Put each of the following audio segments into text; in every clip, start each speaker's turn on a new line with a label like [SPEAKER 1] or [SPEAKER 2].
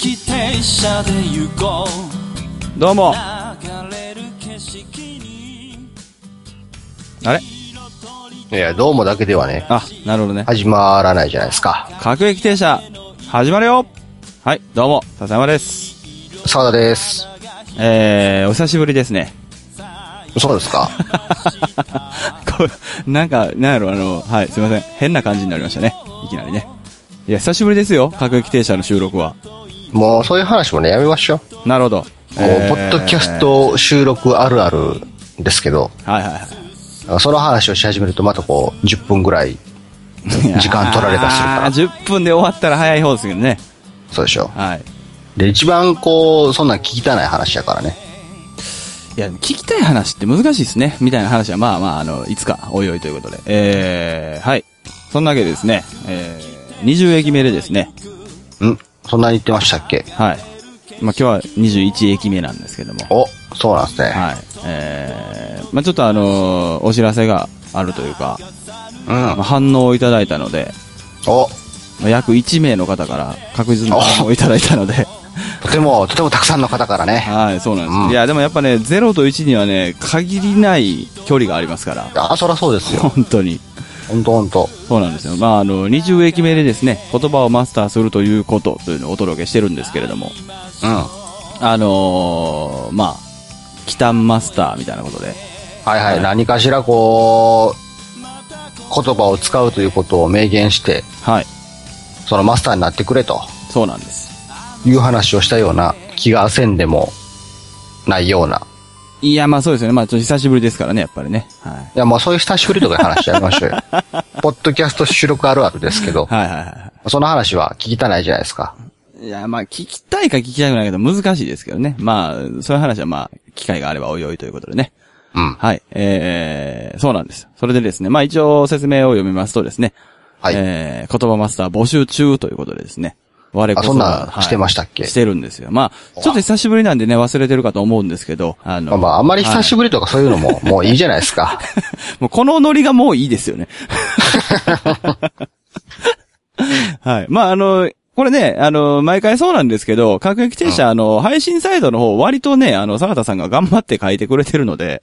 [SPEAKER 1] 列車で行こ
[SPEAKER 2] どうも
[SPEAKER 1] う流れる景色に
[SPEAKER 2] あれ
[SPEAKER 3] いや、どうもだけではね、
[SPEAKER 2] あ、なるほどね。
[SPEAKER 3] 始まらないじゃないですか。
[SPEAKER 2] 各駅停車、始まるよはい、どうも、笹山です。
[SPEAKER 3] 沢田です。
[SPEAKER 2] えー、お久しぶりですね。
[SPEAKER 3] そうですか。
[SPEAKER 2] こうなんか、なんやろ、あの、はい、すいません。変な感じになりましたね。いきなりね。いや、久しぶりですよ。各駅停車の収録は。
[SPEAKER 3] もうそういう話もね、やめましょう。
[SPEAKER 2] なるほど。
[SPEAKER 3] もう、ポッドキャス。ト収録あるあるですけど、
[SPEAKER 2] はいはいは
[SPEAKER 3] その話をし始めるとまたこう、10分ぐらい、
[SPEAKER 2] い。
[SPEAKER 3] 時間取られたりするか ら
[SPEAKER 2] あー10分で終わったら早い方ですけどね。
[SPEAKER 3] そうでしょ。
[SPEAKER 2] はい。
[SPEAKER 3] で、一番こう、そんなん聞きたない話やからね。
[SPEAKER 2] いや、聞きたい話って難しいですね。みたいな話は、まあまあ、あの、いつか、おいおいということで。えー、はい。そんなわけでですね、えー、20駅目でですね、
[SPEAKER 3] んそんなに言ってましたっけ
[SPEAKER 2] はい。まあ今日は21駅目なんですけども、
[SPEAKER 3] お、そうなんですね。
[SPEAKER 2] はい。えー、まあちょっとあのーお知らせがあるというか、まあ反応をいただいたので、
[SPEAKER 3] うん。お、
[SPEAKER 2] まあ約1名の方から確実な反応をいただいたので、
[SPEAKER 3] とても、とてもたくさんの方からね。
[SPEAKER 2] はい、そうなんです。
[SPEAKER 3] うん
[SPEAKER 2] いや、でもやっぱね、0と1にはね、限りない距離がありますから、
[SPEAKER 3] あ、そらそうですよ。
[SPEAKER 2] 本当に。
[SPEAKER 3] ほんとほんと。
[SPEAKER 2] そうなんですよ。まあ、あの、20駅目でですね、言葉をマスターするということというのをお届けしてるんですけれども、
[SPEAKER 3] うん。は
[SPEAKER 2] あのーまあ、キタンマスターみたいなことで、
[SPEAKER 3] いはい。何かしらこう、言葉を使うということを明言して、
[SPEAKER 2] はい、
[SPEAKER 3] そのマスターになってくれと
[SPEAKER 2] そうなんです。
[SPEAKER 3] いう話をしたような気がせんでもないような。
[SPEAKER 2] いや、まあそうですよね。まあ、ちょっと久しぶりですからね、やっぱりね。はい。
[SPEAKER 3] いや、まあそういう久しぶりとかいう話やめま しょうよ。ポッドキャスト収録あるあるですけど、
[SPEAKER 2] はいはいは
[SPEAKER 3] その話は聞きたないじゃないですか。
[SPEAKER 2] い。いや、まあ、聞きたいか聞きたくないか難しいですけどね。まあ、そういう話はまあ、機会があればおいおいということでね。
[SPEAKER 3] うん。
[SPEAKER 2] はい。えー、そうなんです。それでですね、まあ一応説明を読みますとですね、
[SPEAKER 3] はい
[SPEAKER 2] えー、言葉マスター募集中ということでですね。我こそは
[SPEAKER 3] あそんなんしてましたっけ
[SPEAKER 2] はいしてるんですよ。まあ、ちょっと久しぶりなんでね、忘れてるかと思うんですけど、あ
[SPEAKER 3] まあ
[SPEAKER 2] の、
[SPEAKER 3] まあ、あんまり久し
[SPEAKER 2] ぶ
[SPEAKER 3] ぶりとかそういうのも、もういいじゃないですか。
[SPEAKER 2] り、もうこのノリがもういいですよ ね。はい。まあ、あの、これね、あの、毎回そうなんですけど、各駅停車、あの、配信サイドの方、割とね、あの、坂田さんが頑張って書いてくれてるので、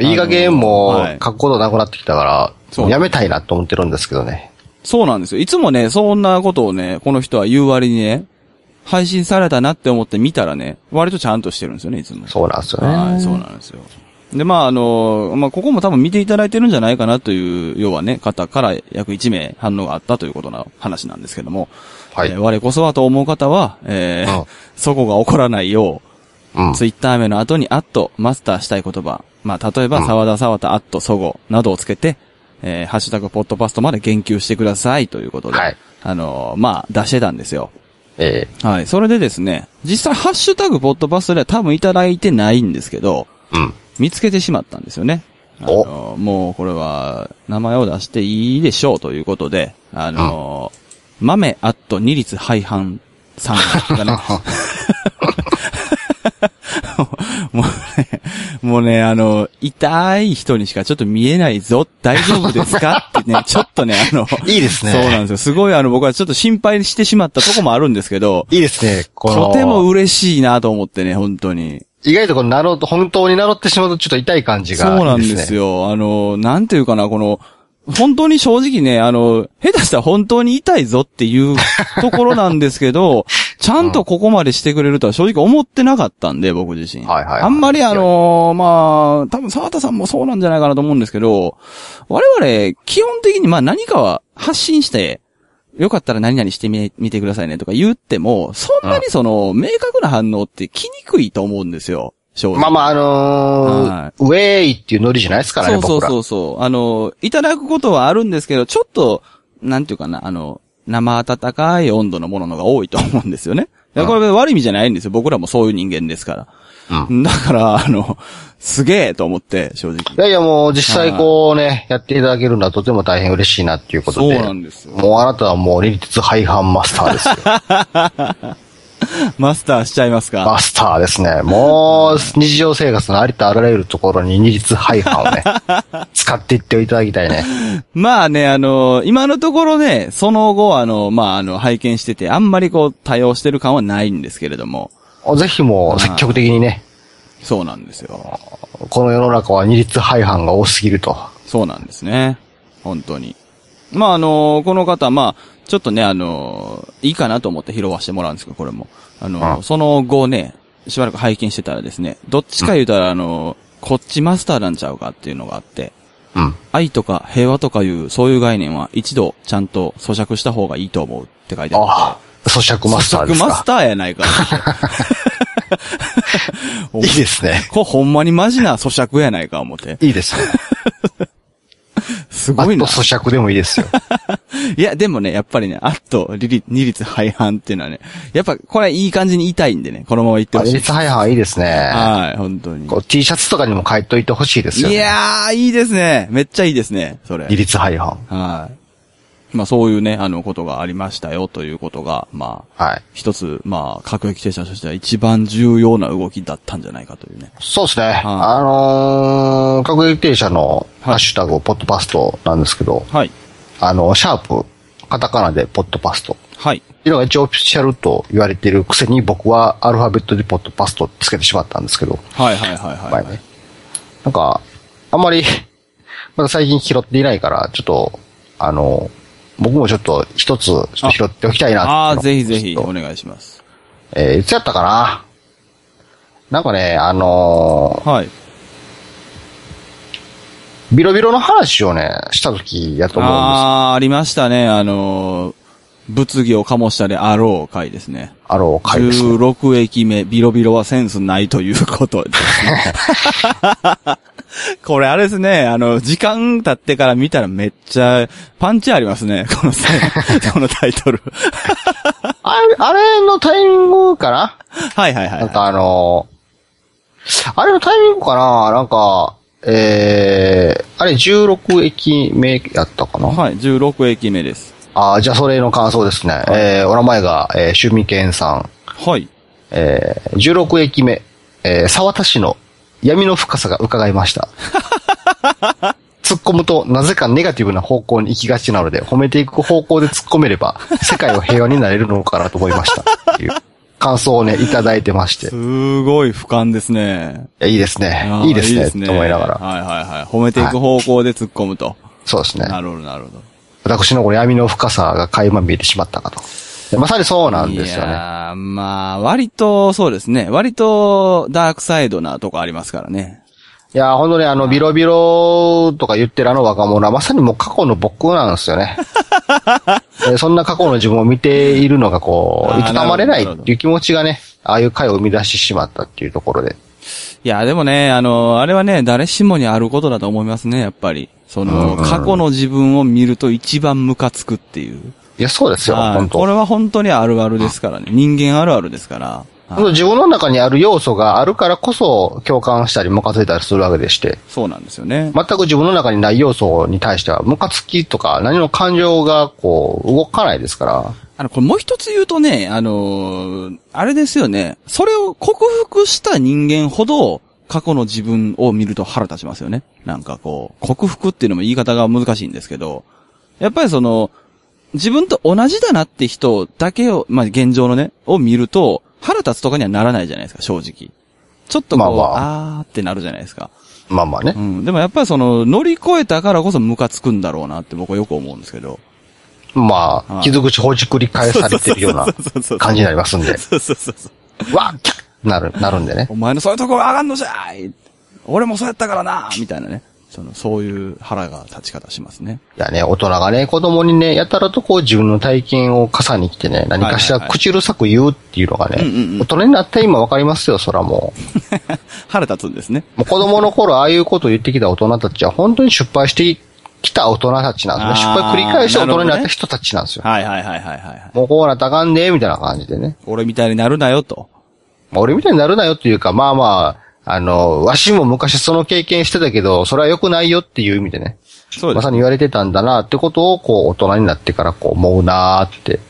[SPEAKER 3] いい加減も、
[SPEAKER 2] はいう
[SPEAKER 3] 書くことなくなってきたから、
[SPEAKER 2] そう
[SPEAKER 3] もうやめたいなと思ってるんですけどね。
[SPEAKER 2] そうなんですよ。いつもね、そんなことをね、この人は言う割にね、配信されたなって思って見たらね、割とちゃんとしてるんですよね、いつも。
[SPEAKER 3] そうなんですよね。
[SPEAKER 2] はい、そうなんですよ。で、まあ、あの、まあ、ここも多分見ていただいてるんじゃないかなという、要はね、方から約1名反応があったということの話なんですけども、
[SPEAKER 3] はい
[SPEAKER 2] えー我こそはと思う方は、えー
[SPEAKER 3] うん
[SPEAKER 2] そこが起こらないよ
[SPEAKER 3] うん
[SPEAKER 2] う、。ツイッター名の後に、アット、マスターしたい言葉、まあ、例えば、沢田沢田、アット、そご、などをつけて、えーハッシュタグ、ポッドパストまで言及してくださいということで、
[SPEAKER 3] はい
[SPEAKER 2] あのーまあ、出してたんですよ。
[SPEAKER 3] え
[SPEAKER 2] はい。それでですね、実際、ハッシュタグ、ポッドパストでは多分いただいてないんですけど、
[SPEAKER 3] えうん。
[SPEAKER 2] 見つけてしまったんですよね。あ
[SPEAKER 3] お
[SPEAKER 2] のもうこれは名前を出していいでしょうということで、あの、豆アット二律廃反さんがね。 もうね、もうね、あの、痛い人にしかちょっと見えないぞ、大丈夫ですかって ね、ちょっとね、あの、
[SPEAKER 3] いいですね
[SPEAKER 2] そうなんですよ。すごいあの、僕はちょっと心配してしまったとこもあるんですけど、
[SPEAKER 3] いいですね。こと
[SPEAKER 2] ても
[SPEAKER 3] の、
[SPEAKER 2] 嬉しいなと思ってね、本当に。
[SPEAKER 3] 意外とこのなろうと、本当になろってしまうとちょっと痛い感じが
[SPEAKER 2] そうないん
[SPEAKER 3] いですね。
[SPEAKER 2] ですよ。あの、なんていうかな、この、本当に正直ね、あの、下手したら本当に痛いぞっていうところなんですけ ど、ちゃんとここまでしてくれるとは正直思ってなかったんで、僕自身。
[SPEAKER 3] はいはいはい
[SPEAKER 2] あんまりあの、まあ、多分沢田さんもそうなんじゃないかなと思うんですけど、我々、基本的にまあ何かは発信して、よかったら何々してみ、見てくださいねとか言っても、そんなにその、明確な反応って来にくいと思うんですよ、正直。
[SPEAKER 3] まあまあ、あのーウェーイっていうノリじゃないですからね、
[SPEAKER 2] そう
[SPEAKER 3] 僕ら。
[SPEAKER 2] そうそうそう。あの、いただくことはあるんですけど、ちょっと、なんていうかな、あの、生温かい温度のもののが多いと思うんですよね。いやこれ悪い意味じゃないんですよ。僕らもそういう人間ですから。だから、あの、すげえと思って、正直。
[SPEAKER 3] いやいや、もう実際こうね、やっていただけるのはとても大変嬉しいなっていうことで。
[SPEAKER 2] そうなんですよ
[SPEAKER 3] もうあなたはもう、リリテツ廃反マスターですよ。
[SPEAKER 2] マスターしちゃいますか。
[SPEAKER 3] マスターですね。もう、日常生活のありとあらゆるところに二律背 反をね、使っていっていただきたいね。
[SPEAKER 2] まあね、あの今のところね、その後、あのまあ、あの、拝見してて、あんまりこう、対応してる感はないんですけれども。
[SPEAKER 3] ぜひもう積極的にね、
[SPEAKER 2] そうなんですよ。
[SPEAKER 3] この世の中は二律背反が多すぎると。
[SPEAKER 2] そうなんですね。本当に。まあ、あのこの方、まあ、ちょっとね、あのいいかなと思って拾わしてもらうんですけど、これも。あの
[SPEAKER 3] うん
[SPEAKER 2] その後ね、しばらく拝見してたらですね、どっちか言うたら、あのこっちマスターなんちゃうかっていうのがあって、
[SPEAKER 3] うん。
[SPEAKER 2] 愛とか平和とかいう、そういう概念は一度ちゃんと咀嚼した方がいいと思うって書いてあって。
[SPEAKER 3] ああ、咀嚼マスターです
[SPEAKER 2] マス
[SPEAKER 3] か。
[SPEAKER 2] ターやないか。
[SPEAKER 3] いいですね。
[SPEAKER 2] これほんまにマジな咀嚼やないか、思って。
[SPEAKER 3] いいですね。
[SPEAKER 2] す
[SPEAKER 3] あと
[SPEAKER 2] ごいな。
[SPEAKER 3] 咀嚼でもいいですよ。
[SPEAKER 2] いや、でもね、やっぱりね、あっと、利率二律廃反っていうのはね、やっぱこれいい感じに言いたいんでね、このまま言って
[SPEAKER 3] あ
[SPEAKER 2] ほ
[SPEAKER 3] 二
[SPEAKER 2] しい。
[SPEAKER 3] 律背反いいですね。
[SPEAKER 2] はい、本当に
[SPEAKER 3] こ。う T シャツとかにも書いといてほしいですよ、
[SPEAKER 2] い
[SPEAKER 3] ね。
[SPEAKER 2] やー、いいですね。めっちゃいいですね、それ。
[SPEAKER 3] 二律背反。
[SPEAKER 2] はい。まあそういうね、あの、ことがありましたよ、ということが、まあ、
[SPEAKER 3] はい。
[SPEAKER 2] 一つ、まあ、核兵器停止としては一番重要な動きだったんじゃないかというね。
[SPEAKER 3] そうですね。あのー、各駅停車のハッシュタグ、ポッドパストなんですけど、
[SPEAKER 2] はい。
[SPEAKER 3] あの、シャープ、カタカナでポッドパスト。
[SPEAKER 2] はい。
[SPEAKER 3] っていうのが一応オフィシャルと言われてるくせに僕はアルファベットでポッドパストってつけてしまったんですけど、
[SPEAKER 2] はいはいはいはい、はい
[SPEAKER 3] 前ね。なんか、あんまり、 まだ最近拾っていないから、ちょっと、あの、僕もちょっと一つちょっと拾っておきたいなっていうの
[SPEAKER 2] ああ、ぜひぜ
[SPEAKER 3] ち
[SPEAKER 2] ひ、
[SPEAKER 3] ょっと
[SPEAKER 2] お願いします。
[SPEAKER 3] えーいつやったかななんかね、あの
[SPEAKER 2] はい。
[SPEAKER 3] ービロビロの話をね、した時やと思うんです
[SPEAKER 2] ああ、ありましたね。あのー物議を醸したであろう回ですね。
[SPEAKER 3] あの、回ですね。
[SPEAKER 2] 16駅目、ビロビロはセンスないということです ね。これあれですね、あの、時間経ってから見たらめっちゃパンチありますね、このせ このタイトル。
[SPEAKER 3] あれ、あれのタイミングかな
[SPEAKER 2] はいはいはい
[SPEAKER 3] なん
[SPEAKER 2] は。
[SPEAKER 3] かあのーあれのタイミングかななんか、えー、あれ16駅目やったかない
[SPEAKER 2] はい、16駅目です。
[SPEAKER 3] ああ、じゃあそれの感想ですね。えー、お名前が、えー、趣味健さん。
[SPEAKER 2] はい。
[SPEAKER 3] えー、16駅目、えー、沢田市の闇の深さが伺い ました。突っ込むと、なぜかネガティブな方向に行きがちなので、褒めていく方向で突っ込めれば、世界は平和になれるのかなと思いました。っていう感想をね、いただいてまして。い
[SPEAKER 2] すごい俯瞰ですね。
[SPEAKER 3] やいいですね
[SPEAKER 2] あ。ー
[SPEAKER 3] いいですね。と思いながら。
[SPEAKER 2] はいはいはい。褒めていく方向で突っ込むと。
[SPEAKER 3] そうですね。
[SPEAKER 2] なるほどなるほど。
[SPEAKER 3] 私のこの闇の深さが垣間見えてしまったかと。でまさにそうなんですよ
[SPEAKER 2] い
[SPEAKER 3] ね。
[SPEAKER 2] やーまあ、割と、そうですね。割と、ダークサイドなとこありますからね。
[SPEAKER 3] いや、ほんとね、あの、ビロビロとか言ってるあの若者は、まさにもう過去の僕なんですよね。 でそんな過去の自分を見ているのが、こ
[SPEAKER 2] あー
[SPEAKER 3] う、いたたまれな
[SPEAKER 2] なるほどなる
[SPEAKER 3] い
[SPEAKER 2] ほ
[SPEAKER 3] っ
[SPEAKER 2] ど
[SPEAKER 3] ていう気持ちがね、ああいう回を生み出してしまったっていうところで。
[SPEAKER 2] いや、でもね、あの、あれはね、誰しもにあることだと思いますね、やっぱり。その、過去の自分を見ると一番ムカつくっていう。
[SPEAKER 3] いや、そうですよ、
[SPEAKER 2] はい
[SPEAKER 3] 本当
[SPEAKER 2] これは本当にあるあるですからね。人間あるあるですから。はい
[SPEAKER 3] 本当自分の中にある要素があるからこそ、共感したり、ムカついたりするわけでして。
[SPEAKER 2] そうなんですよね。
[SPEAKER 3] 全く自分の中にない要素に対しては、ムカつきとか、何の感情が、こう、動かないですから。
[SPEAKER 2] あの、これもう一つ言うとね、あのーあれですよね。それを克服した人間ほど、過去の自分を見ると腹立ちますよね。なんかこう、克服っていうのも言い方が難しいんですけど、やっぱりその、自分と同じだなって人だけを、まあ、現状のね、を見ると、腹立つとかにはならないじゃないですか、正直。ちょっとこう、
[SPEAKER 3] まあま
[SPEAKER 2] あーってなるじゃないですか。
[SPEAKER 3] まあまあね
[SPEAKER 2] う。ん。でもやっぱりその、乗り越えたからこそムカつくんだろうなって僕はよく思うんですけど。
[SPEAKER 3] まあ
[SPEAKER 2] は、い
[SPEAKER 3] 傷口ほじくり返されてるような
[SPEAKER 2] そうそうそうそう
[SPEAKER 3] 感じになりますん で。
[SPEAKER 2] そうそうそうそう。
[SPEAKER 3] わっキャッなる、なるんでね。
[SPEAKER 2] お前のそういうところ上がんのじゃーい俺もそうやったからなみたいなね。その、そういう腹が立ち方しますね。
[SPEAKER 3] いやね、大人がね、子供にね、やたらとこう自分の体験を重ねに来てね、何かし
[SPEAKER 2] はいは
[SPEAKER 3] ら
[SPEAKER 2] いはい
[SPEAKER 3] 口うるさく言うっていうのがね、
[SPEAKER 2] うんうんうん
[SPEAKER 3] 大人になって今わかりますよ、そらもう。
[SPEAKER 2] 腹立つんですね。
[SPEAKER 3] もう子供の頃ああいうことを言ってきた大人たちは本当に失敗してきた大人たちなんですね。
[SPEAKER 2] あー
[SPEAKER 3] 失敗繰り返して大人
[SPEAKER 2] なる
[SPEAKER 3] になっ
[SPEAKER 2] ほど
[SPEAKER 3] た
[SPEAKER 2] ね
[SPEAKER 3] 人たちなんですよ。
[SPEAKER 2] はいはいはいはいはいはい。
[SPEAKER 3] もうこうなったらあかんねみたいな感じでね。
[SPEAKER 2] 俺みたいになるなよと。
[SPEAKER 3] まあ俺みたいになるなよっていうか、まあまあ、あの、わしも昔その経験してたけど、それは良くないよっていう意味でね。
[SPEAKER 2] そうで。
[SPEAKER 3] ますさに言われてたんだなってことを、こう、大人になってから、こう、思うなーって。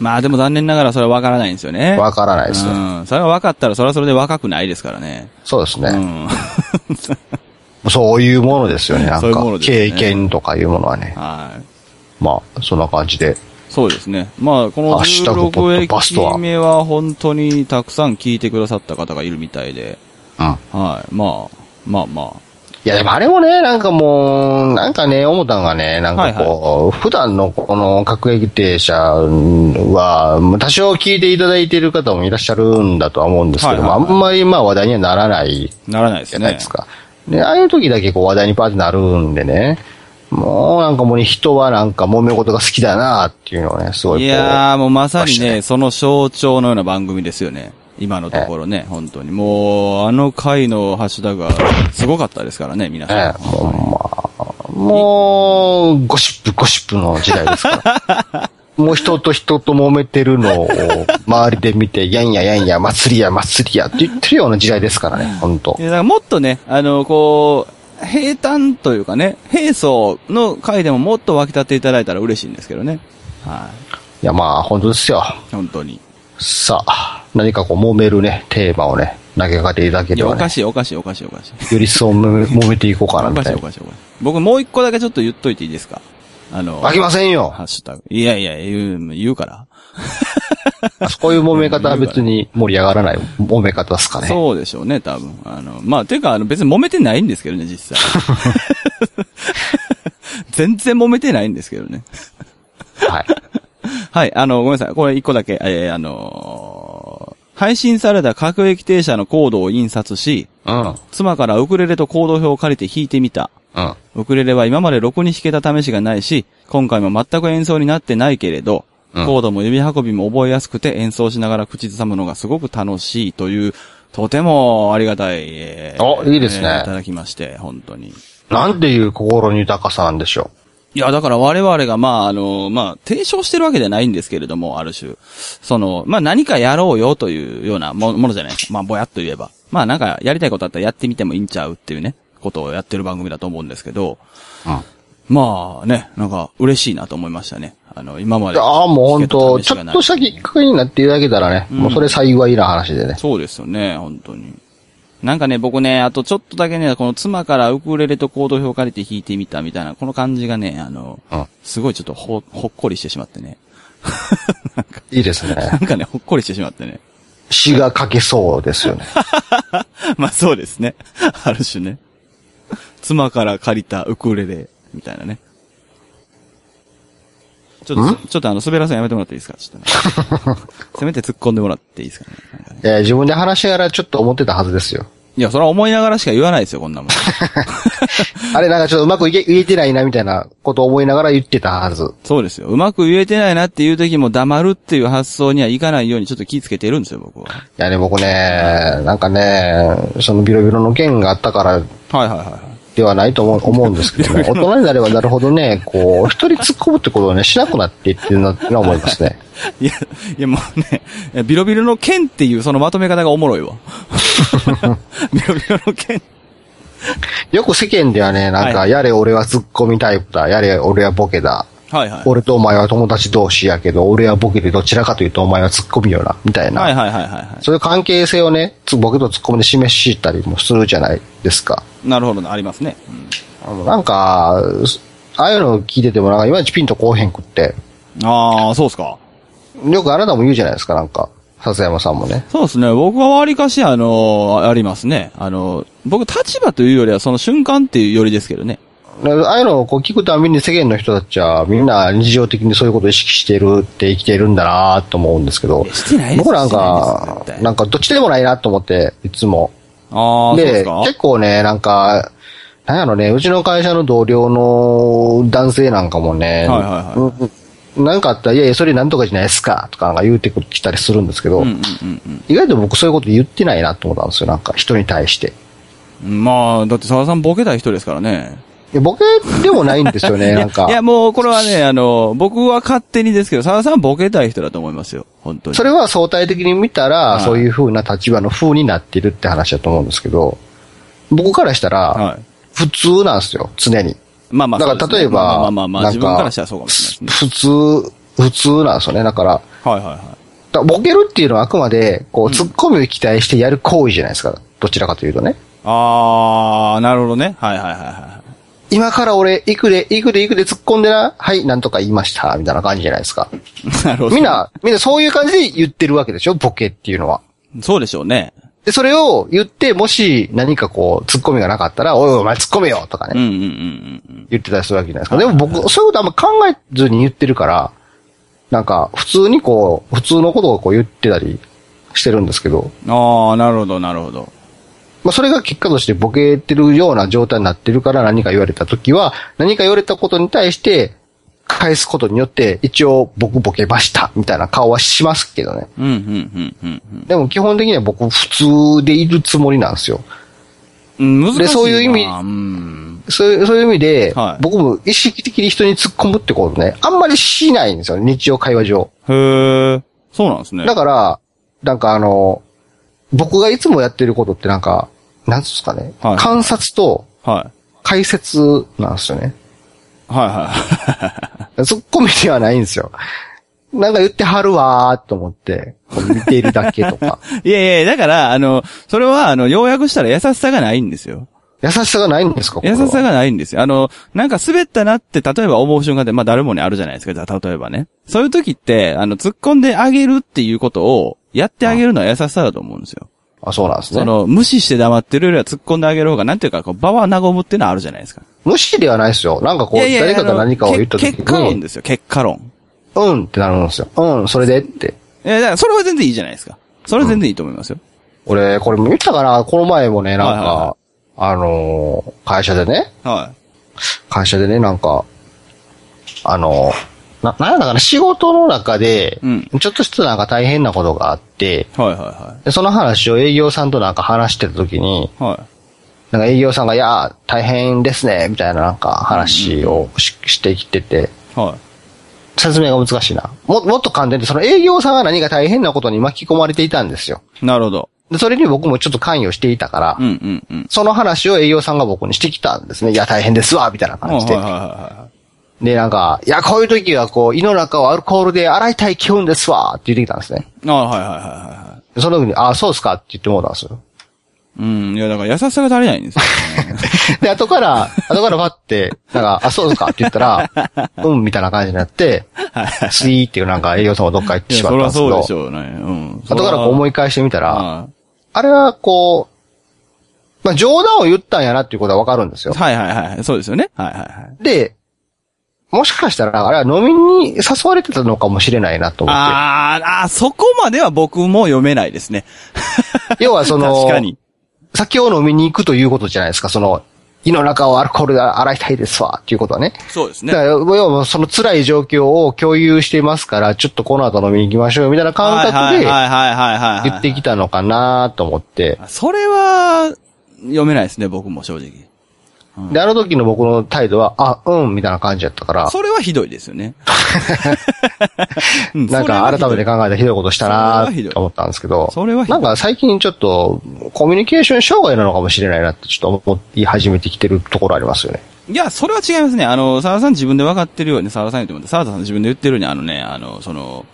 [SPEAKER 2] まあでも残念ながらそれは分からないんですよね。
[SPEAKER 3] わからないです
[SPEAKER 2] う
[SPEAKER 3] ね。
[SPEAKER 2] ん。それは分かったらそれはそれで若くないですからね。
[SPEAKER 3] そうです
[SPEAKER 2] う
[SPEAKER 3] ね。
[SPEAKER 2] ん。
[SPEAKER 3] そういうものですよね。な
[SPEAKER 2] そうい
[SPEAKER 3] ん
[SPEAKER 2] う
[SPEAKER 3] か
[SPEAKER 2] もの、ですね
[SPEAKER 3] 経験とかいうものはね。
[SPEAKER 2] はい。
[SPEAKER 3] まあ、そんな感じで。
[SPEAKER 2] そうですね。まあ、この
[SPEAKER 3] ハッシュタグポッドキャスト
[SPEAKER 2] 16
[SPEAKER 3] は
[SPEAKER 2] 駅目は本当にたくさん聞いてくださった方がいるみたいで、
[SPEAKER 3] うん。
[SPEAKER 2] はい。まあ、まあま
[SPEAKER 3] いや、でもあれもね、なんかもう、なんかね、思ったのがね、なんかこう、普段のこの各駅停車は、多少聞いていただいている方もいらっしゃるんだとは思うんですけども、
[SPEAKER 2] はいはいはい
[SPEAKER 3] あんまりまあ話題にはならない
[SPEAKER 2] あ、ならないで
[SPEAKER 3] じ
[SPEAKER 2] す
[SPEAKER 3] ゃな
[SPEAKER 2] ね。
[SPEAKER 3] いですか。で、ああいう時だけこう話題にパーってなるんでね、もうなんかもうね、人はなんか揉め事が好きだなっていうのをね、すごいこう
[SPEAKER 2] いやー、もうまさに
[SPEAKER 3] 出して
[SPEAKER 2] ね、
[SPEAKER 3] ね
[SPEAKER 2] その象徴のような番組ですよね。今のところね、本当に。もう、あの回のハッシュタグはすごかったですからね、皆さん。
[SPEAKER 3] ええ、もう、まあ、もう、ゴシップ、ゴシップの時代ですから。 もう人と人と揉めてるのを周りで見て、やんややんや、祭りや祭りやって言ってるような時代ですからね、本当
[SPEAKER 2] いやだからもっとね、あの、こう、平坦というかね、平層の回でももっと湧き立っていただいたら嬉しいんですけどね。はい
[SPEAKER 3] や、まあ、本当ですよ。
[SPEAKER 2] い。本当に。
[SPEAKER 3] さあ、何かこう揉めるね、テーマをね、投げかけていただけ
[SPEAKER 2] い
[SPEAKER 3] れ
[SPEAKER 2] や、
[SPEAKER 3] ば
[SPEAKER 2] おか
[SPEAKER 3] ね、
[SPEAKER 2] しい、おかしい、おかしい、おかしい。
[SPEAKER 3] よりそう揉め揉めていこうかな、
[SPEAKER 2] お
[SPEAKER 3] み
[SPEAKER 2] かしたい、
[SPEAKER 3] い
[SPEAKER 2] お
[SPEAKER 3] な。
[SPEAKER 2] かしい、おかしい。僕もう一個だけちょっと言っといていいですかあの、
[SPEAKER 3] あきませんよ
[SPEAKER 2] ハ。ッシュタグ。いやいや、言う、言うから。
[SPEAKER 3] あそこういう揉め方は別に盛り上がらない揉め方ですかね。
[SPEAKER 2] そうでしょうね、多分。あの、まあ、てか、あの、別に揉めてないんですけどね、実 際。全然揉めてないんですけどね。
[SPEAKER 3] はい。
[SPEAKER 2] はい、あの、ごめんなさい。これ一個だけ、えー、あのー配信された各駅停車のコードを印刷し、
[SPEAKER 3] うん。
[SPEAKER 2] 妻からウクレレとコード表を借りて弾いてみた。
[SPEAKER 3] うん。
[SPEAKER 2] ウクレレは今までろくに弾けた試しがないし、今回も全く演奏になってないけれど、
[SPEAKER 3] うん
[SPEAKER 2] コードも指運びも覚えやすくて演奏しながら口ずさむのがすごく楽しいという、とてもありがたい、え
[SPEAKER 3] おいいですね
[SPEAKER 2] いただきまして、本当に。
[SPEAKER 3] なんていう心の豊かさなんでしょ
[SPEAKER 2] いや、だから我々が、まあ、あの、まあ、提唱してるわけじゃないんですけれども、ある種。その、まあ、何かやろうよというようなもものじゃないですか。まあ、ぼやっと言えば。まあ、なんか、やりたいことあったらやってみてもいいんちゃうっていうね、ことをやってる番組だと思うんですけど、
[SPEAKER 3] う。うん。
[SPEAKER 2] まあね、なんか嬉しいなと思いましたね。あの、今まで。
[SPEAKER 3] ああ、もう本当、ち
[SPEAKER 2] チケ
[SPEAKER 3] ょ
[SPEAKER 2] ッ
[SPEAKER 3] っ
[SPEAKER 2] ト
[SPEAKER 3] としたきっかけになっていただけたらね、もうそれ幸いな話でね。
[SPEAKER 2] そうですよね、本当に。なんかね、僕ね、あとちょっとだけね、この妻からウクレレとコード表を借りて弾いてみたみたいな、この感じがね、あの、
[SPEAKER 3] うん。
[SPEAKER 2] すごいちょっとほ、ほっこりしてしまってね。
[SPEAKER 3] いいです
[SPEAKER 2] な
[SPEAKER 3] ね
[SPEAKER 2] ん。かね、ほっこりしてしまってね。
[SPEAKER 3] 詩が書けそうです よね。
[SPEAKER 2] まあそうですね。 ある種ね。妻から借りたウクレレ、みたいなね。ちょっと、ちょっとあの、滑らせやめてもらっていいですかちょっと ねせめて突っ込んでもらっていいですかね。なんかね
[SPEAKER 3] えー自分で話しながらちょっと思ってたはずですよ。
[SPEAKER 2] いや、それは思いながらしか言わないですよ、こんな もん。
[SPEAKER 3] あれなんかちょっとうまくいけ、言えてないなみたいなことを思いながら言ってたはず。
[SPEAKER 2] そうですよ。うまく言えてないなっていう時も黙るっていう発想にはいかないようにちょっと気ぃつけてるんですよ、僕は。はい
[SPEAKER 3] やね、僕ね、なんかね、そのビロビロの件があったから
[SPEAKER 2] いはいはいはい。
[SPEAKER 3] ではないと思う思うんですけどね、大人になればなるほどね、こう、一人突っ込むってことをね、しなくなっていってるなってのは思いますね。
[SPEAKER 2] いや、いやもうねいや、ビロビロの剣っていうそのまとめ方がおもろい わ。ビロビロの剣。
[SPEAKER 3] よく世間ではね、なん
[SPEAKER 2] は
[SPEAKER 3] か、やれ俺は突っ込みタイプだ、やれ俺はボケだ、
[SPEAKER 2] はいはい。
[SPEAKER 3] 俺とお前は友達同士やけど、俺はボケでどちらかというとお前は突っ込みよな、みたいな。
[SPEAKER 2] はいはいはいはいは
[SPEAKER 3] そういう関係性をね、つボケと突っ込みで示したりもするじゃないですか。
[SPEAKER 2] い。なるほどな、ありますね。うん
[SPEAKER 3] あのなんか、すああいうのを聞いててもなんかいまいちピンとこうへんくって、
[SPEAKER 2] ああ、そうっすか。
[SPEAKER 3] よくあなたも言うじゃないですか、なんか、笹山さんもね。
[SPEAKER 2] そうですね。僕はわりかし、あのありますね。あの僕、立場というよりは、その瞬間っていうよりですけどね。
[SPEAKER 3] でああいうのをこう聞くたびに世間の人たちはみんな日常的にそういうことを意識してるって生きてるんだなと思うんですけど
[SPEAKER 2] いやしてないです
[SPEAKER 3] 僕なん
[SPEAKER 2] してないです
[SPEAKER 3] か
[SPEAKER 2] 絶、対
[SPEAKER 3] なんかどっちでもないなと思って、いつも。
[SPEAKER 2] ああ、そうっす
[SPEAKER 3] で
[SPEAKER 2] か、
[SPEAKER 3] 結構ね、なんか、なんやろね、うちの会社の同僚の男性なんかもね、
[SPEAKER 2] はいはいは
[SPEAKER 3] うんなんかあったら、いやいや、それなんとかじゃないですか、とかなんか言うてきたりするんですけど、
[SPEAKER 2] うんうんうんうん。
[SPEAKER 3] 意外と僕そういうこと言ってないなと思ったんですよ、なんか人に対して。
[SPEAKER 2] まあ、だって沢田さんボケたい人ですからね。
[SPEAKER 3] いやボケでもないんですよね、なんか
[SPEAKER 2] いや、い。やもうこれはね、あの、僕は勝手にですけど、沢田さんボケたい人だと思いますよ。本当に。
[SPEAKER 3] それは相対的に見たら、
[SPEAKER 2] はい
[SPEAKER 3] そういう風な立場の風になってるって話だと思うんですけど、僕からしたら、
[SPEAKER 2] はい
[SPEAKER 3] 普通なんですよ、常に。
[SPEAKER 2] まあまあ、
[SPEAKER 3] だか
[SPEAKER 2] そうですね
[SPEAKER 3] ら例えば、
[SPEAKER 2] まあまあまあまあ、
[SPEAKER 3] なん
[SPEAKER 2] 自分からしたらそうかもしれないですね。
[SPEAKER 3] 普通、普通なんですよね。だから、
[SPEAKER 2] はいはいは
[SPEAKER 3] だからボケるっていうのはあくまで、こう、ツッコミを期待してやる行為じゃないですか。どちらかというとね。
[SPEAKER 2] い。あー、なるほどね。はいはいはいは
[SPEAKER 3] 今から俺、いくで、いくで、いくで突っ込んでな。はい、なんとか言いました。みたいな感じじゃないですか。
[SPEAKER 2] い。なるほど。
[SPEAKER 3] みんな、みんなそういう感じで言ってるわけでしょボケっていうのは。
[SPEAKER 2] そうでしょうね。
[SPEAKER 3] で、それを言って、もし何かこう、突っ込みがなかったら、おいおいお前突っ込めよとか
[SPEAKER 2] うん
[SPEAKER 3] ね、
[SPEAKER 2] うんうんうん
[SPEAKER 3] 言ってたりするわけじゃないですか。でも僕、そういうことあんま考えずに言ってるから、なんか、普通にこう、普通のことをこう言ってたりしてるんですけど、
[SPEAKER 2] うん。あー、なるほどなるほど。
[SPEAKER 3] まあ、それが結果としてボケてるような状態になってるから何か言われた時は、何か言われたことに対して、返すことによって、一応僕ボケました、みたいな顔はしますけどね。
[SPEAKER 2] うんうんうんうんうん
[SPEAKER 3] でも基本的には僕普通でいるつもりなんですよ。
[SPEAKER 2] うん。難しいな。
[SPEAKER 3] でそういう意味
[SPEAKER 2] うん。
[SPEAKER 3] そういう、そういう意味で、
[SPEAKER 2] はい
[SPEAKER 3] 僕も意識的に人に突っ込むってことね、あんまりしないんですよね、日常会話上。
[SPEAKER 2] へー。そうなんですね。
[SPEAKER 3] だから、なんかあの、僕がいつもやってることってなんか、なんつうんですかね、
[SPEAKER 2] はい
[SPEAKER 3] 観察と
[SPEAKER 2] はい。
[SPEAKER 3] 解説なんですよね。
[SPEAKER 2] はいはい。
[SPEAKER 3] 突っ込みではないんですよ。なんか言ってはるわーと思って、こう見ているだけ とか。
[SPEAKER 2] いやいや、だから、あの、それは、あの、要約したら優しさがないんですよ。
[SPEAKER 3] 優しさがないんですかこれ
[SPEAKER 2] 優
[SPEAKER 3] は
[SPEAKER 2] しさがないんですよ。あの、なんか滑ったなって、例えば思う瞬間で、まあ誰もにあるじゃないですか、じゃあ例えばね。そういう時って、あの、突っ込んであげるっていうことを、やってあげるのは優しさだと思うんですよ。
[SPEAKER 3] あ、そうなんです
[SPEAKER 2] そ
[SPEAKER 3] ね。
[SPEAKER 2] の、無視して黙ってるよりは突っ込んであげる方が、なんていうか、こう、場は和むっていうのはあるじゃないですか。
[SPEAKER 3] 無視ではないですよ。なんかこう、
[SPEAKER 2] いやいや
[SPEAKER 3] 誰かが何かを言った
[SPEAKER 2] あのけ
[SPEAKER 3] 時
[SPEAKER 2] 結果論
[SPEAKER 3] に、
[SPEAKER 2] ですよ、結果論。
[SPEAKER 3] うんってなるんですよ。うん、それでって。
[SPEAKER 2] いや、だからそれは全然いいじゃないですか。それは全然いいと思いますよ。
[SPEAKER 3] 俺、これも言ったかなこの前もね、なん
[SPEAKER 2] はいはいは
[SPEAKER 3] か、あのー会社でね、
[SPEAKER 2] は
[SPEAKER 3] 会社でね、なんか、あのーな、なんやったかな仕事の中で
[SPEAKER 2] うん、
[SPEAKER 3] ちょっとしたなんか大変なことがあって、
[SPEAKER 2] い。はいはいは
[SPEAKER 3] でその話を営業さんとなんか話してた時に、
[SPEAKER 2] い。は
[SPEAKER 3] なんか営業さんが、いやー、大変ですね、みたいななんか話をし,、してきてて、
[SPEAKER 2] い。はい。
[SPEAKER 3] 説明が難しいな。も、もっと簡単に、その営業さんが何か大変なことに巻き込まれていたんですよ。
[SPEAKER 2] なるほど。
[SPEAKER 3] で、それに僕もちょっと関与していたから、
[SPEAKER 2] うんうんうん。
[SPEAKER 3] その話を営業さんが僕にしてきたんですね。いや、大変ですわ、みたいな感じで。
[SPEAKER 2] はいはいは
[SPEAKER 3] で、なんか、いや、こういう時は、こう、胃の中をアルコールで洗いたい気分ですわ、って言ってきたんですね。
[SPEAKER 2] いはい。ああ、はいはいはいはいは
[SPEAKER 3] でその時に、ああ、そうですかって言ってもうたんです よ。
[SPEAKER 2] い。うん、いや、だから優しさが足りないんですよね。
[SPEAKER 3] で、後から、後からパって、なんか、あ、そうですかって言ったら、うん、みたいな感じになって、スイーっていうなんか営業さんがどっか行っ
[SPEAKER 2] い
[SPEAKER 3] て
[SPEAKER 2] や、
[SPEAKER 3] しま
[SPEAKER 2] そり
[SPEAKER 3] ったん
[SPEAKER 2] ゃ
[SPEAKER 3] ですけ
[SPEAKER 2] そうでし
[SPEAKER 3] ど、
[SPEAKER 2] ょうね。うん。
[SPEAKER 3] 後からこう思い返してみた
[SPEAKER 2] た
[SPEAKER 3] ら、
[SPEAKER 2] は
[SPEAKER 3] あれはこう、まあ冗談を言ったんやなっていうことはわかるんです
[SPEAKER 2] い
[SPEAKER 3] よ。
[SPEAKER 2] はいはい。そうですよね。はいはいはい。
[SPEAKER 3] で、もしかしたら、あれは飲みに誘われてたのかもしれないなと思っ
[SPEAKER 2] あーあー、そこまでは僕も読めないですね。
[SPEAKER 3] て。要はその、
[SPEAKER 2] 確かに。
[SPEAKER 3] 酒を飲みに行くということじゃないですか、その、胃の中をアルコールで洗いたいですわ、っていうことはね。
[SPEAKER 2] そうです
[SPEAKER 3] だから、要はその辛い状況を共有していますから、ちょっとこの後飲みに行きましょうよみたいな感覚
[SPEAKER 2] はい
[SPEAKER 3] で
[SPEAKER 2] はいはいはいはいはい。
[SPEAKER 3] 言ってきたのかなと思って。
[SPEAKER 2] それは、読めないですね、僕も正直。
[SPEAKER 3] で、あの時の僕の態度は、あ、うん、みたいな感じだったから、
[SPEAKER 2] それはひどいですよ ね。う
[SPEAKER 3] なんか改めて考えたらひどいことしたなと思ったんですけど、
[SPEAKER 2] それはひど
[SPEAKER 3] ないんか最近ちょっとコミュニケーション障害なのかもしれないなってちょっと思い始めてきてるところありますよね。
[SPEAKER 2] いや、それは違いますね。あの、沢田さん自分で分かってるように、沢田さん言ってもらって、沢田さん自分で言ってるように、あのね、あの、その、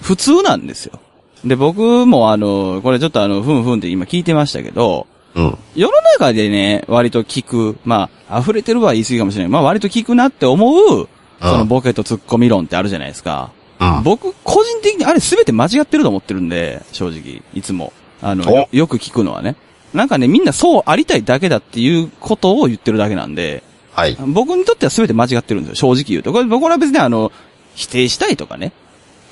[SPEAKER 2] 普通なんですよ。で、僕もあの、これちょっとあの、ふんふんって今聞いてましたけど、
[SPEAKER 3] うん。
[SPEAKER 2] 世の中でね、割と聞く、まあ、溢れてるは言い過ぎかもしれない。まあ、割と聞くなって思う、そのボケとツッコミ論ってあるじゃないですか。
[SPEAKER 3] うん。
[SPEAKER 2] 僕、個人的にあれ全て間違ってると思ってるんで、正直、いつも。あの、
[SPEAKER 3] お
[SPEAKER 2] よよく聞くのはね。なんかね、みんなそうありたいだけだっていうことを言ってるだけなんで、
[SPEAKER 3] はい。
[SPEAKER 2] 僕にとっては全て間違ってるんですよ、正直言うと。これ僕らは別にあの、否定したいとかね。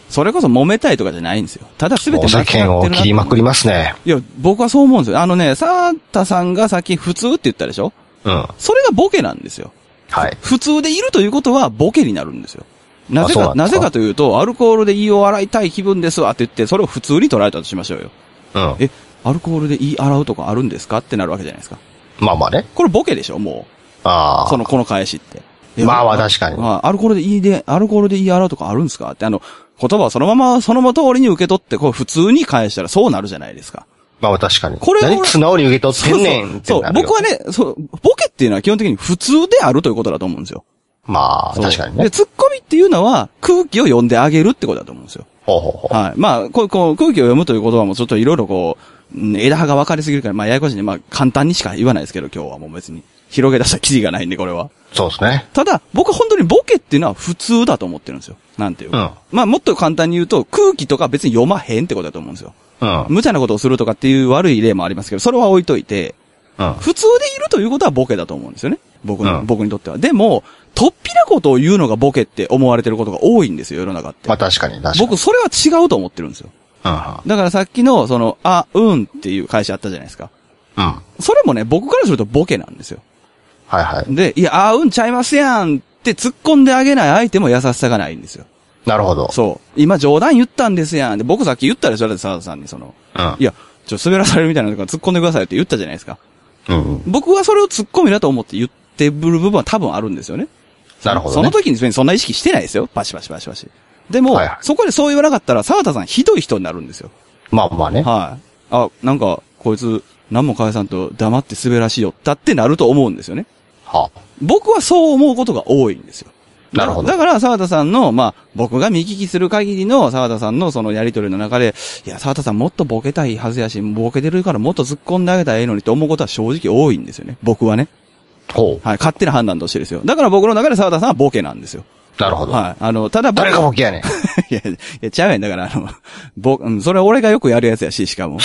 [SPEAKER 2] それこそ揉めたいとかじゃないんですよ。ただ全て
[SPEAKER 3] お
[SPEAKER 2] 間違ってる
[SPEAKER 3] 世間
[SPEAKER 2] な
[SPEAKER 3] を切りまくりますね。
[SPEAKER 2] いや、僕はそう思うんですよ。あのね、サータさんがさっき普通って言ったでしょ
[SPEAKER 3] うん。は
[SPEAKER 2] それがボケなんですよ。
[SPEAKER 3] い。
[SPEAKER 2] 普通でいるということはボケになるんですよ。なぜ
[SPEAKER 3] あそう
[SPEAKER 2] か、
[SPEAKER 3] なん
[SPEAKER 2] な
[SPEAKER 3] ですか
[SPEAKER 2] ぜかというと、アルコールで胃を洗いたい気分ですわって言って、それを普通に捉えたとしましょうよ。
[SPEAKER 3] うん。
[SPEAKER 2] え、アルコールで胃洗うとかあるんですかってなるわけじゃないですか。
[SPEAKER 3] まあまあね。
[SPEAKER 2] これボケでしょも
[SPEAKER 3] あ
[SPEAKER 2] う。
[SPEAKER 3] あ。
[SPEAKER 2] その、この返しって。え
[SPEAKER 3] まあまあ確かに
[SPEAKER 2] まあ、アルコールで胃で、アルコールで胃洗うとかあるんですかって、あの、言葉をそのまま、そのまま通りに受け取って、こう普通に返したらそうなるじゃないですか。
[SPEAKER 3] まあまあ確かに。
[SPEAKER 2] これ
[SPEAKER 3] 何
[SPEAKER 2] 俺
[SPEAKER 3] 素直に受け取っ
[SPEAKER 2] そう
[SPEAKER 3] てん
[SPEAKER 2] そ
[SPEAKER 3] ねん
[SPEAKER 2] う
[SPEAKER 3] って
[SPEAKER 2] そう
[SPEAKER 3] なるよ
[SPEAKER 2] 僕はね、そう、ボケっていうのは基本的に普通であるということだと思うんですよ。
[SPEAKER 3] まあ、
[SPEAKER 2] そう
[SPEAKER 3] 確かにね
[SPEAKER 2] で、。ツッコミっていうのは空気を読んであげるってことだと思うんですよ。
[SPEAKER 3] ほうほうほう。
[SPEAKER 2] はい。まあ、こう、こう、空気を読むという言葉もちょっといろいろこう、うん枝葉が分かりすぎるから、まあ、ややこしいんで、まあ、簡単にしか言わないですけど、今日はもう別に。広げ出した記事がないんで、これは。
[SPEAKER 3] そうですね。
[SPEAKER 2] ただ、僕本当にボケっていうのは普通だと思ってるんですよ。なんていうか。まあ、もっと簡単に言うと、空気とか別に読まへんってことだと思うんですよ。
[SPEAKER 3] うん。うん。
[SPEAKER 2] 無茶なことをするとかっていう悪い例もありますけど、それは置いといて、普通でいるということはボケだと思うんですよね。僕の、
[SPEAKER 3] うん
[SPEAKER 2] 僕にとっては。でも、突飛なことを言うのがボケって思われてることが多いんですよ、世の中って。
[SPEAKER 3] まあ確かに、確かに。
[SPEAKER 2] 僕、それは違うと思ってるんですよ。
[SPEAKER 3] うん
[SPEAKER 2] だからさっきの、その、あ、うんっていう会社あったじゃないですか。
[SPEAKER 3] うん。うん。
[SPEAKER 2] それもね、僕からするとボケなんですよ。
[SPEAKER 3] はいはい。
[SPEAKER 2] で、いや、あ、うんちゃいますやんって突っ込んであげない相手も優しさがないんですよ。
[SPEAKER 3] なるほど。
[SPEAKER 2] そう。今冗談言ったんですやん。で、僕さっき言ったでしょだって澤田さんにその、
[SPEAKER 3] うん
[SPEAKER 2] いや、ちょ、滑らされるみたいなのとか突っ込んでくださいって言ったじゃないですか。
[SPEAKER 3] うん。
[SPEAKER 2] 僕はそれを突っ込みだと思って言ってる部分は多分あるんですよね。
[SPEAKER 3] なるほ
[SPEAKER 2] そ
[SPEAKER 3] どね
[SPEAKER 2] の時に別にそんな意識してないですよ。バシバシバシバシ。でも、
[SPEAKER 3] はいはい
[SPEAKER 2] そこでそう言わなかったら、沢田さんひどい人になるんですよ。
[SPEAKER 3] まあまあね。
[SPEAKER 2] はい。あ、なんか、こいつ、何も返さんと黙って滑らしよったってなると思うんですよね。
[SPEAKER 3] は
[SPEAKER 2] 僕はそう思うことが多いんですよ。
[SPEAKER 3] なるほど
[SPEAKER 2] だだから、沢田さんの、まあ、僕が見聞きする限りの沢田さんのそのやりとりの中で、いや、沢田さんもっとボケたいはずやし、ボケてるからもっと突っ込んであげたらええのにと思うことは正直多いんですよね。僕はね。
[SPEAKER 3] あ。ほ
[SPEAKER 2] はい。勝手な判断としてですよ。だから僕の中で沢田さんはボケなんですよ。
[SPEAKER 3] う。なるほど。
[SPEAKER 2] はい。あの、ただ僕
[SPEAKER 3] 誰がボ ケやねん。
[SPEAKER 2] いや、いや、ちゃうやん。だから、あの、ぼ、うん、それは俺がよくやるやつやし、しかも。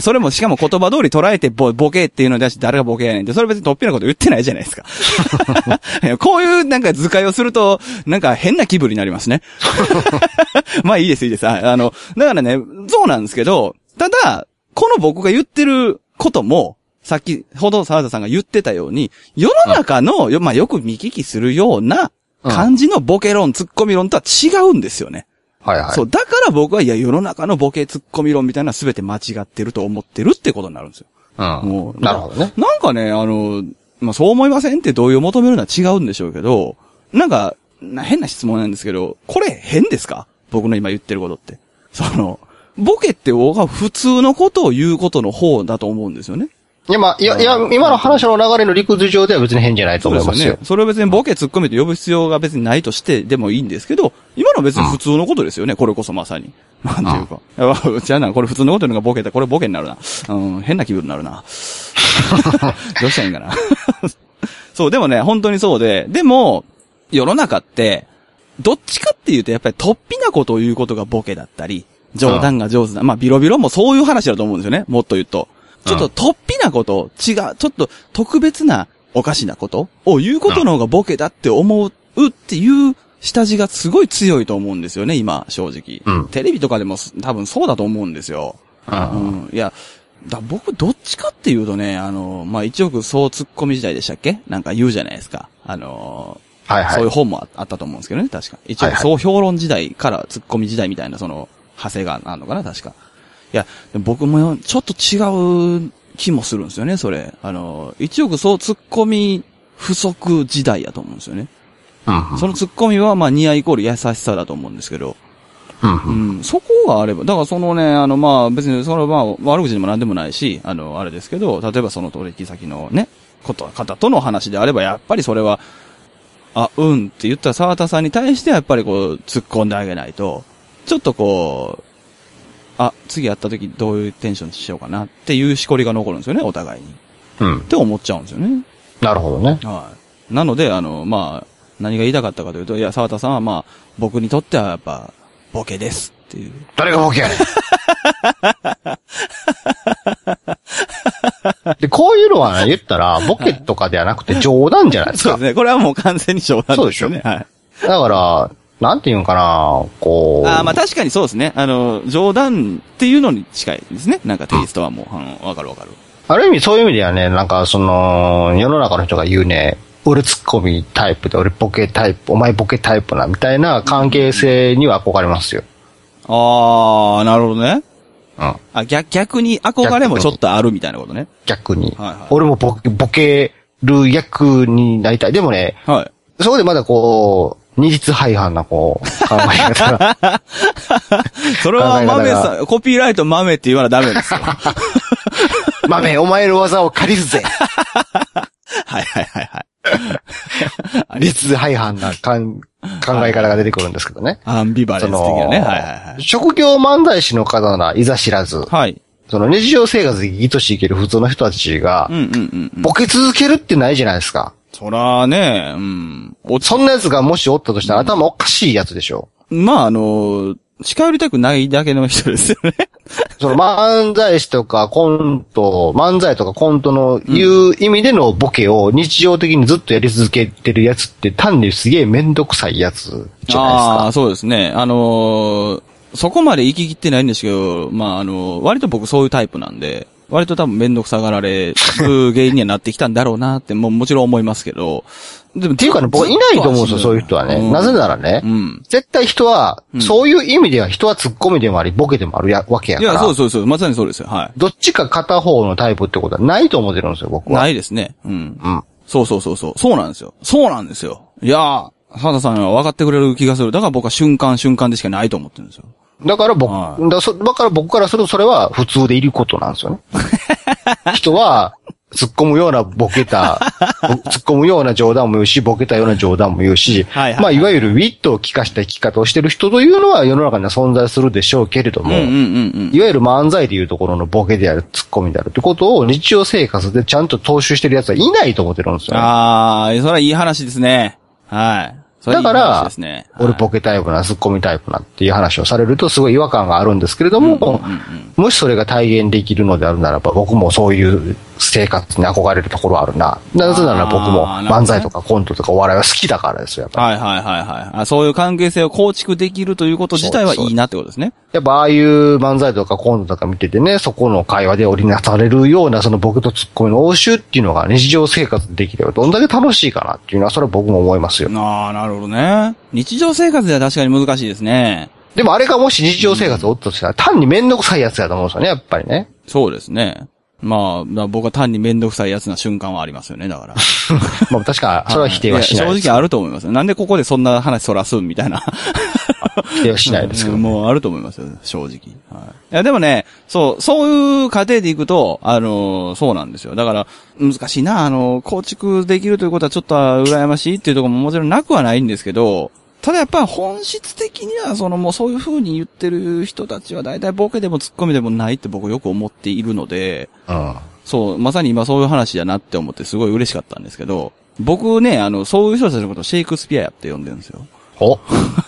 [SPEAKER 2] それも、しかも言葉通り捉えてボ、ボケっていうのだし、誰がボケやねんって、それ別に突飛なこと言ってないじゃないですか。いやこういうなんか図解をすると、なんか変な気分になりますね。まあいいです、いいです。ああの、だからね、そうなんですけど、ただ、この僕が言ってることも、さっきほど沢田さんが言ってたように、世の中の、よまあよく見聞きするような
[SPEAKER 3] うん
[SPEAKER 2] 感じのボケ論、ツッコミ論とは違うんですよね。
[SPEAKER 3] はいはい。
[SPEAKER 2] そう、だから僕は、いや、世の中のボケツッコミ論みたいなのは全て間違ってると思ってるってことになるんですよ。も
[SPEAKER 3] う。
[SPEAKER 2] うん
[SPEAKER 3] なるほどね。
[SPEAKER 2] なんかね、あの、まあ、そう思いませんって同意を求めるのは違うんでしょうけど、なんか、な変な質問なんですけど、これ変ですか僕の今言ってることって。その、ボケって僕は普通のことを言うことの方だと思うんですよね。
[SPEAKER 3] いや、まあ、いや、いや、今の話の流れの理屈上では別に変じゃないと思いますよ
[SPEAKER 2] ね。。それは別にボケ突っ込みと呼ぶ必要が別にないとしてでもいいんですけど、今のは別に普通のことですよね、これこそまさに。なんていうか。あじゃあな、これ普通のことのがボケた、これボケになるな。うん、変な気分になるな。 どうしたらいいんかな。 そう、でもね、本当にそうで、でも、世の中って、どっちかっていうと、やっぱり突飛なことを言うことがボケだったり、冗談が上手な、まあ、ビロビロもそういう話だと思うんですよね、もっと言うと。ちょっと突飛なこと、違う、ちょっと特別なおかしなことを言うことの方がボケだって思うっていう下地がすごい強いと思うんですよね、今、正直。
[SPEAKER 3] うん
[SPEAKER 2] テレビとかでもす多分そうだと思うんですよ。
[SPEAKER 3] うん。
[SPEAKER 2] うん。いや、だ僕、どっちかっていうとね、あの、まあ、一億総突っ込み時代でしたっけなんか言うじゃないですか。あの
[SPEAKER 3] はい
[SPEAKER 2] そういう
[SPEAKER 3] は
[SPEAKER 2] 本もああったと思うんですけどね、確か。一
[SPEAKER 3] はい
[SPEAKER 2] 億
[SPEAKER 3] は
[SPEAKER 2] 総
[SPEAKER 3] い
[SPEAKER 2] 評論時代から突っ込み時代みたいな、その、派生があるのかな、確か。いや、でも僕もちょっと違う気もするんですよね、それ。あの、一億総突っ込み不足時代やと思うんですよね。
[SPEAKER 3] い。うん。
[SPEAKER 2] その突っ込みは、まあ、ニアイコール優しさだと思うんですけど。
[SPEAKER 3] うん。うん。
[SPEAKER 2] うん、そこがあれば、だからそのね、あの、まあ、別にその、まあ、悪口でも何でもないし、あの、あれですけど、例えばその取引先のね、こと、方との話であれば、やっぱりそれは、あ、うんって言った沢田さんに対してはやっぱりこう、突っ込んであげないと、ちょっとこう、あ、次会った時どういうテンションにしようかなっていうしこりが残るんですよね、お互いに。っ
[SPEAKER 3] うん。
[SPEAKER 2] て思っちゃうんですよね。
[SPEAKER 3] なるほどね。
[SPEAKER 2] はい。なので、あの、まあ、何が言いたかったかというと、いや、沢田さんはまあ、僕にとってはやっぱ、ボケですっていう。
[SPEAKER 3] 誰がボケやね ん。で、こういうのはね言ったら、ボケとかではなくて冗談じゃないで す
[SPEAKER 2] そう
[SPEAKER 3] か
[SPEAKER 2] です。ね。これはもう完全に冗談ですよね。
[SPEAKER 3] そうで
[SPEAKER 2] はい。
[SPEAKER 3] だから、なんていうんかな、こう。
[SPEAKER 2] ああ、まあ確かにそうですね。あの、冗談っていうのに近いですね。なんかテイストはもう、うんわかるわかる。
[SPEAKER 3] ある意味そういう意味ではね、なんかその、世の中の人が言うね、俺ツッコミタイプで俺ボケタイプ、お前ボケタイプな、みたいな関係性には憧れますよ。
[SPEAKER 2] ああ、なるほどね。
[SPEAKER 3] うん。
[SPEAKER 2] あ、逆、逆に憧れもちょっとあるみたいなことね。
[SPEAKER 3] 逆に。
[SPEAKER 2] はいはい
[SPEAKER 3] 俺もボケ、ボケる役になりたい。でもね、
[SPEAKER 2] はい。
[SPEAKER 3] そこでまだこう、二律背反なこう、考え方 が
[SPEAKER 2] それは
[SPEAKER 3] 考え方が
[SPEAKER 2] 豆さん、コピーライト豆って言わなダメです よ。は
[SPEAKER 3] 豆、お前の技を借りる
[SPEAKER 2] い
[SPEAKER 3] ぜ。
[SPEAKER 2] はいはいはい。
[SPEAKER 3] 立廃反なかん考え方が出てくるんですけどね。
[SPEAKER 2] アンビバレ
[SPEAKER 3] そ
[SPEAKER 2] ンス的
[SPEAKER 3] の、
[SPEAKER 2] なね。はいはいはい。
[SPEAKER 3] 職業漫才師の方ならいざ知らず、
[SPEAKER 2] はい。
[SPEAKER 3] その日常生活で生きとしていける普通の人たちが
[SPEAKER 2] うん、うんうんうん。
[SPEAKER 3] ボケ続けるってないじゃないですか。
[SPEAKER 2] そらね、うん。お
[SPEAKER 3] そんな奴がもしおったとしたら頭おかしい奴でしょ。
[SPEAKER 2] まあ、あの、近寄りたくないだけの人ですよね。
[SPEAKER 3] その漫才師とかコント、漫才とかコントのいう意味でのボケを日常的にずっとやり続けてるやつって単にすげえめんどくさいやつじゃないです
[SPEAKER 2] ああ
[SPEAKER 3] か。
[SPEAKER 2] ー、そうですね。あのーそこまで行き切ってないんですけど、まあ、あのー割と僕そういうタイプなんで、割と多分めんどくさがられる芸人にはなってきたんだろうなって、もうもちろん思いますけど。でも、っ
[SPEAKER 3] っていうかね、僕いないと思うんですよ、そういう人はね。なぜならね、
[SPEAKER 2] うん
[SPEAKER 3] 絶対人は、そういう意味では人は突っ込みでもあり、ボケでもあるやわけや
[SPEAKER 2] い
[SPEAKER 3] から。
[SPEAKER 2] や、そうそうそう。まさにそうですよ。は
[SPEAKER 3] どっちか片方のタイプってことはないと思ってるんですよ、僕
[SPEAKER 2] い。
[SPEAKER 3] は。
[SPEAKER 2] ないですね。うん。
[SPEAKER 3] うん。
[SPEAKER 2] そうそうそうそう。そうなんですよ。そうなんですよ。いやー、原田さんは分かってくれる気がする。だから僕は瞬間瞬間でしかないと思ってるんですよ。
[SPEAKER 3] だから僕、
[SPEAKER 2] は
[SPEAKER 3] だそだから僕からするとそれは普通でいることなんで すよね。人は、突っ込むようなボケた、 ぼ突っ込むような冗談も言うし、ボケたような冗談も言うし、
[SPEAKER 2] はいはいはい
[SPEAKER 3] まあ、いわゆるウィットを聞かした生き方をしてる人というのは世の中には存在するでしょうけれど
[SPEAKER 2] うん
[SPEAKER 3] も、
[SPEAKER 2] うんうん
[SPEAKER 3] いわゆる漫才でいうところのボケである、突っ込みであるってことを日常生活でちゃんと踏襲してる奴はいないと思ってるんです
[SPEAKER 2] うん。
[SPEAKER 3] よね、
[SPEAKER 2] あー、それはいい話ですね。はい。それは
[SPEAKER 3] だ
[SPEAKER 2] いい
[SPEAKER 3] か
[SPEAKER 2] 話
[SPEAKER 3] ら
[SPEAKER 2] ですね。、
[SPEAKER 3] 俺ボケタイプな、ツッコミタイプなっていう話をされるとすごい違和感があるんですけれども、もしそれが体現できるのであるならば、僕もそういう生活に憧れるところはあるな。なぜなら僕も
[SPEAKER 2] あーなるほどね
[SPEAKER 3] 漫才とかコントとかお笑いが好きだからですよ、やっぱ。
[SPEAKER 2] はいはいはいはいあ。そういう関係性を構築できるということ自体はいいなってことですね。
[SPEAKER 3] やっぱああいう漫才とかコントとか見ててね、そこの会話で織りなされるようなそのボケとツッコミの応酬っていうのが日常生活でできればどんだけ楽しいかなっていうのはそれは僕も思いますよ。
[SPEAKER 2] ああ、なるほどね。日常生活では確かに難しいですね。
[SPEAKER 3] でもあれがもし日常生活をおったとしたら単にめんどくさいやつやと思うんですよね、やっぱりね。
[SPEAKER 2] そうですね。まあ、だから僕は単にめんどくさいやつな瞬間はありますよね、だから。
[SPEAKER 3] まあ確か、 それは否定はしない
[SPEAKER 2] や
[SPEAKER 3] です。
[SPEAKER 2] 正直あると思いますよ。なんでここでそんな話そらすんみたいな。
[SPEAKER 3] 否定はしないですけど。
[SPEAKER 2] うんもうあると思いますよ、正直。はい。いや、でもね、そう、そういう過程でいくと、あのーそうなんですよ。だから、難しいな、あのー構築できるということはちょっとは羨ましいっていうところももちろんなくはないんですけど、ただやっぱ本質的には、そのもうそういう風に言ってる人たちは大体ボケでもツッコミでもないって僕よく思っているので、
[SPEAKER 3] うん。
[SPEAKER 2] そう、まさに今そういう話だなって思ってすごい嬉しかったんですけど、僕ね、あの、そういう人たちのことをシェイクスピアやって呼んでるんですよ。
[SPEAKER 3] お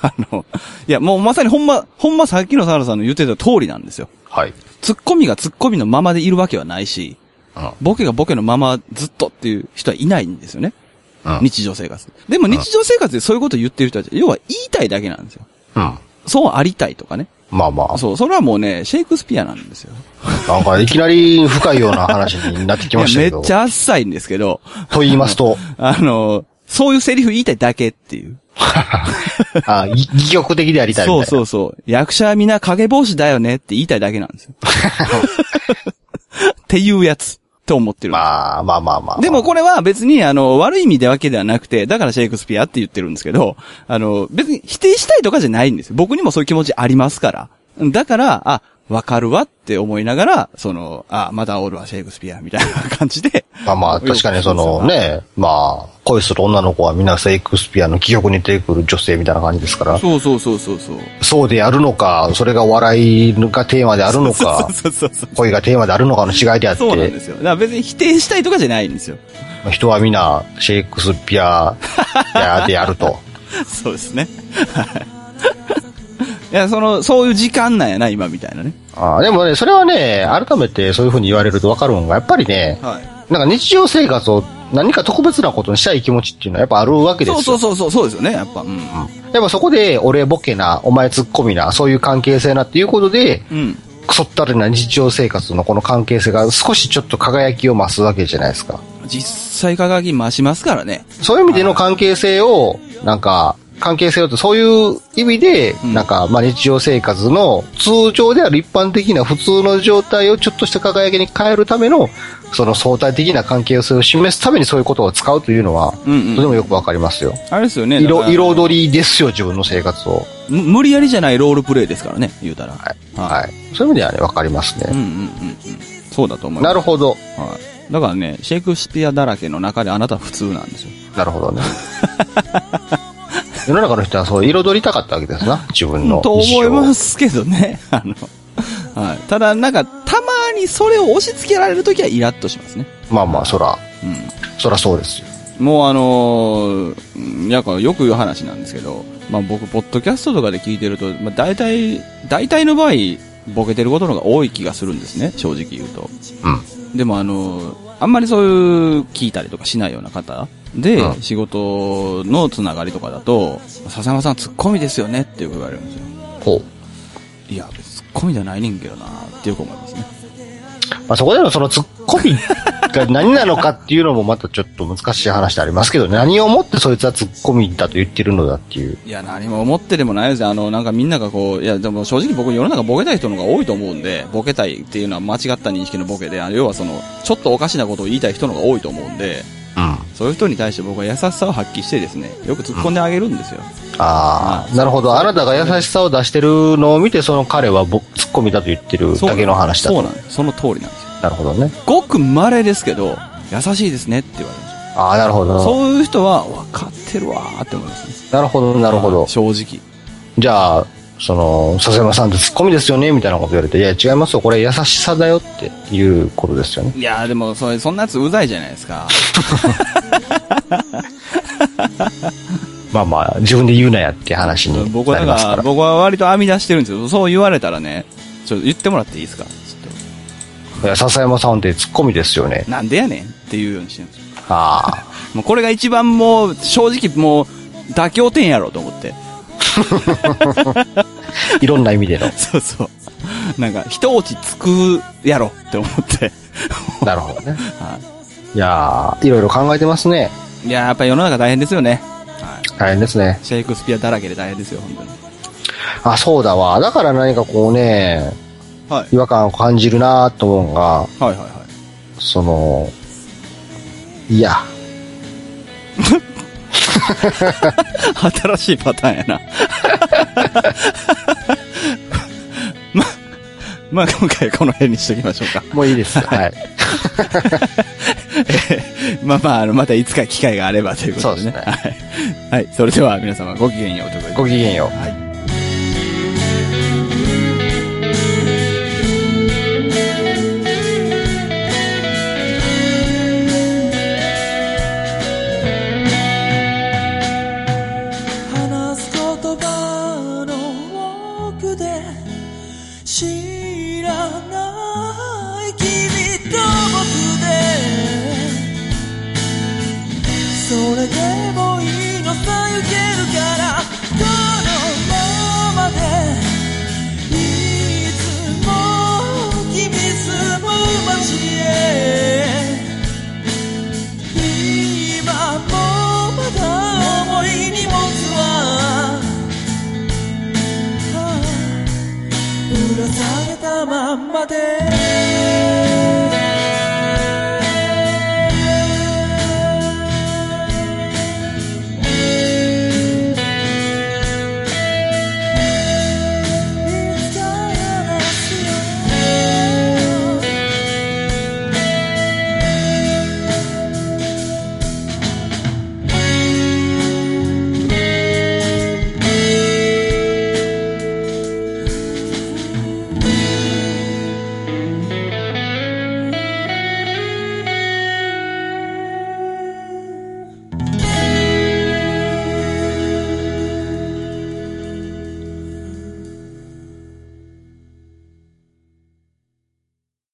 [SPEAKER 2] あの、いや、もうまさにほんま、ほんまさっきのサ原さんの言ってた通りなんですよ。
[SPEAKER 3] はい。
[SPEAKER 2] ツッコミがツッコミのままでいるわけはないし、
[SPEAKER 3] うん。
[SPEAKER 2] ボケがボケのままずっとっていう人はいないんですよね。
[SPEAKER 3] うん。
[SPEAKER 2] 日常生活。でも日常生活でそういうこと言ってる人たち、要は言いたいだけなんですよ。
[SPEAKER 3] うん。
[SPEAKER 2] そうありたいとかね。
[SPEAKER 3] まあまあ、
[SPEAKER 2] そう、それはもうね、シェイクスピアなんですよ。
[SPEAKER 3] なんかいきなり深いような話になってきまし
[SPEAKER 2] い
[SPEAKER 3] た
[SPEAKER 2] やめ
[SPEAKER 3] けど
[SPEAKER 2] っ。ちゃ浅いんですけど、
[SPEAKER 3] と言いますと、
[SPEAKER 2] あの、そういうセリフ言いたいだけっていう。
[SPEAKER 3] あ、い戯曲的でありたいみたい
[SPEAKER 2] そ
[SPEAKER 3] な。
[SPEAKER 2] うそうそう。役者はみんな影帽子だよねって言いたいだけなんですよ。 っていうやつ。と思ってる。
[SPEAKER 3] まあまあまあまあ。
[SPEAKER 2] でも
[SPEAKER 3] こ
[SPEAKER 2] これは別にあの、悪い意味でわけではなくて、だからシェイクスピアって言ってるんですけど、あの、別に否定したいとかじゃないんですよ。僕にもそういう気持ちありますから。だから、あ、わかるわって思いながら、その、あ、まだオールはシェイクスピアみたいな感じで。
[SPEAKER 3] まあまあ、確かにそのね、まあ、恋する女の子はみんなセイクスピアの戯曲に出てくる女性みたいな感じですから、
[SPEAKER 2] そうそうそうそうそう。
[SPEAKER 3] そうでやるのか、それが笑いがテーマであるのか、
[SPEAKER 2] そうそうそうそう。
[SPEAKER 3] 恋がテーマであるのかの違いであっ
[SPEAKER 2] そうなんで
[SPEAKER 3] て、
[SPEAKER 2] すよ。だから別に否定したいとかじゃないんですよ。
[SPEAKER 3] 人は皆シェイクス ピアでやると。
[SPEAKER 2] そうですね。はい。いや、その、そういう時間なんやな、今みたいなね。
[SPEAKER 3] ああでもね、それはね、改めてそういうふうに言われるとわかるのが、やっぱりね、
[SPEAKER 2] はい。
[SPEAKER 3] なんか日常生活を何か特別なことにしたい気持ちっていうのはやっぱあるわけですよ。
[SPEAKER 2] そうそうそうそう、そうですよね、やっぱ。うん。
[SPEAKER 3] やっぱそこで、俺ボケな、お前ツッコミな、そういう関係性なっていうことで、
[SPEAKER 2] うん。
[SPEAKER 3] クソったれな日常生活のこの関係性が少しちょっと輝きを増すわけじゃないですか。
[SPEAKER 2] 実際輝き増しますからね。
[SPEAKER 3] そういう意味での関係性を、なんか、関係性をってそういう意味で、
[SPEAKER 2] うん
[SPEAKER 3] なんか、まあ日常生活の通常である一般的な普通の状態をちょっとした輝きに変えるための、その相対的な関係性を示すためにそういうことを使うというのは、
[SPEAKER 2] うんうん
[SPEAKER 3] とてもよくわかりますよ。
[SPEAKER 2] あれですよね。だ
[SPEAKER 3] 色、
[SPEAKER 2] から
[SPEAKER 3] 彩りですよ、自分の生活を。
[SPEAKER 2] む無理やりじゃないロールプレイですからね、言うたら。
[SPEAKER 3] はい。はい。そういう意味ではね、わかります
[SPEAKER 2] うん
[SPEAKER 3] ね。
[SPEAKER 2] うんうんうん。そうだと思い
[SPEAKER 3] な
[SPEAKER 2] ます。
[SPEAKER 3] るほど。
[SPEAKER 2] はい。だからね、シェイクスピアだらけの中であなたは普通なんですよ。
[SPEAKER 3] なる ほどね。世の中の人はそう彩りたかったわけですな、自分の。
[SPEAKER 2] と思いま。すけどね。あの、はい。ただ、なんか、たまにそれを押し付けられるときはイラッとしますね。
[SPEAKER 3] まあまあ、そら、
[SPEAKER 2] うん。
[SPEAKER 3] そらそうですよ。
[SPEAKER 2] もうあのーうんやっぱよく言う話なんですけど、まあ僕、ポッドキャストとかで聞いてると、まあ大体、大体の場合、ボケてることの方が多い気がするんですね、正直言うと。
[SPEAKER 3] うん。
[SPEAKER 2] でもあのーあんまりそういう聞いたりとかしないような方で、
[SPEAKER 3] うん
[SPEAKER 2] 仕事のつながりとかだと、笹山さんツッコミですよねってよく言われるんですよ。
[SPEAKER 3] ほう。
[SPEAKER 2] いや、別にツッコミじゃないねんけどなってよく思いますね。
[SPEAKER 3] まあ、そこでのそのツッコミが何なのかっていうのもまたちょっと難しい話でありますけどね、 何をもってそいつはツッコミだと言ってるのだっていう。
[SPEAKER 2] いや、何も思ってでもないですよ。あの、なんかみんながこう、いや、でも正直僕世の中ボケたい人の方が多いと思うんで、ボケたいっていうのは間違った認識のボケで、あの要はその、ちょっとおかしなことを言いたい人の方が多いと思うんで、
[SPEAKER 3] うん。あ
[SPEAKER 2] そういう人に対して僕は優しさを発揮してですね、よく突っ込んであげるんですよ。
[SPEAKER 3] あ
[SPEAKER 2] う
[SPEAKER 3] ー、なるほど。あなたが優しさを出してるのを見て、その彼はぼツッコミだと言ってる
[SPEAKER 2] そうな
[SPEAKER 3] だ
[SPEAKER 2] ん
[SPEAKER 3] けの話だ
[SPEAKER 2] そうな
[SPEAKER 3] と。
[SPEAKER 2] んです。その通りなんですよ。
[SPEAKER 3] なるほどね。
[SPEAKER 2] ごく稀ですけど、優しいですねって言われるんですよ。
[SPEAKER 3] ああ、なるほど。
[SPEAKER 2] そういう人は、分かってるわーって思いますね。
[SPEAKER 3] なるほど、なるほど。
[SPEAKER 2] 正直。
[SPEAKER 3] じゃあ、その、笹山さんってツッコミですよねみたいなこと言われて、いや、違いますよ。これ優しさだよっていうことですよね。
[SPEAKER 2] いやーでもそれ、そんなやつうざいじゃないですか。
[SPEAKER 3] まあまあ、自分で言うなやって話に
[SPEAKER 2] 僕は
[SPEAKER 3] なります
[SPEAKER 2] だか、
[SPEAKER 3] からら。
[SPEAKER 2] 僕は割と編み出してるんですけど、そう言われたらね、ちょっと言ってもらっていいですかちょっ
[SPEAKER 3] いや笹山さんってツッコミですよね
[SPEAKER 2] と。なんでやねんっていうようにしてるんですよ。
[SPEAKER 3] あ あ。
[SPEAKER 2] もうこれが一番もう、正直もう、妥協点やろと思って。。
[SPEAKER 3] いろんな意味での
[SPEAKER 2] そうそう。なんか、一落ちつくやろって思って。
[SPEAKER 3] なるほどね。
[SPEAKER 2] はい
[SPEAKER 3] やー、いろいろ考えてますね。
[SPEAKER 2] い、いやーやっぱり世の中大変ですよね。はい。
[SPEAKER 3] 大変ですね。
[SPEAKER 2] シェイクスピアだらけで大変ですよ、本当に。
[SPEAKER 3] あ、そうだわ。だから何かこうね、
[SPEAKER 2] はい。
[SPEAKER 3] 違和感を感じるなーと思うのが、
[SPEAKER 2] はいはいは
[SPEAKER 3] その、いや、
[SPEAKER 2] い。新しいパターンや な。 ま、まあ今回この辺にしときましょうか。
[SPEAKER 3] もういいです。はい。
[SPEAKER 2] まあまあ、あの、またいつか機会があればということでね。
[SPEAKER 3] そう
[SPEAKER 2] はい。はい。それでは皆様ごきげんようということで。
[SPEAKER 3] ごきげんよう。
[SPEAKER 2] はい。
[SPEAKER 1] 話す言葉の奥で知らない君と僕でそれでもいいのさ行けるからこのままでいつも君住む街へ今もまだ重い荷物ははあぶら下げたまんまで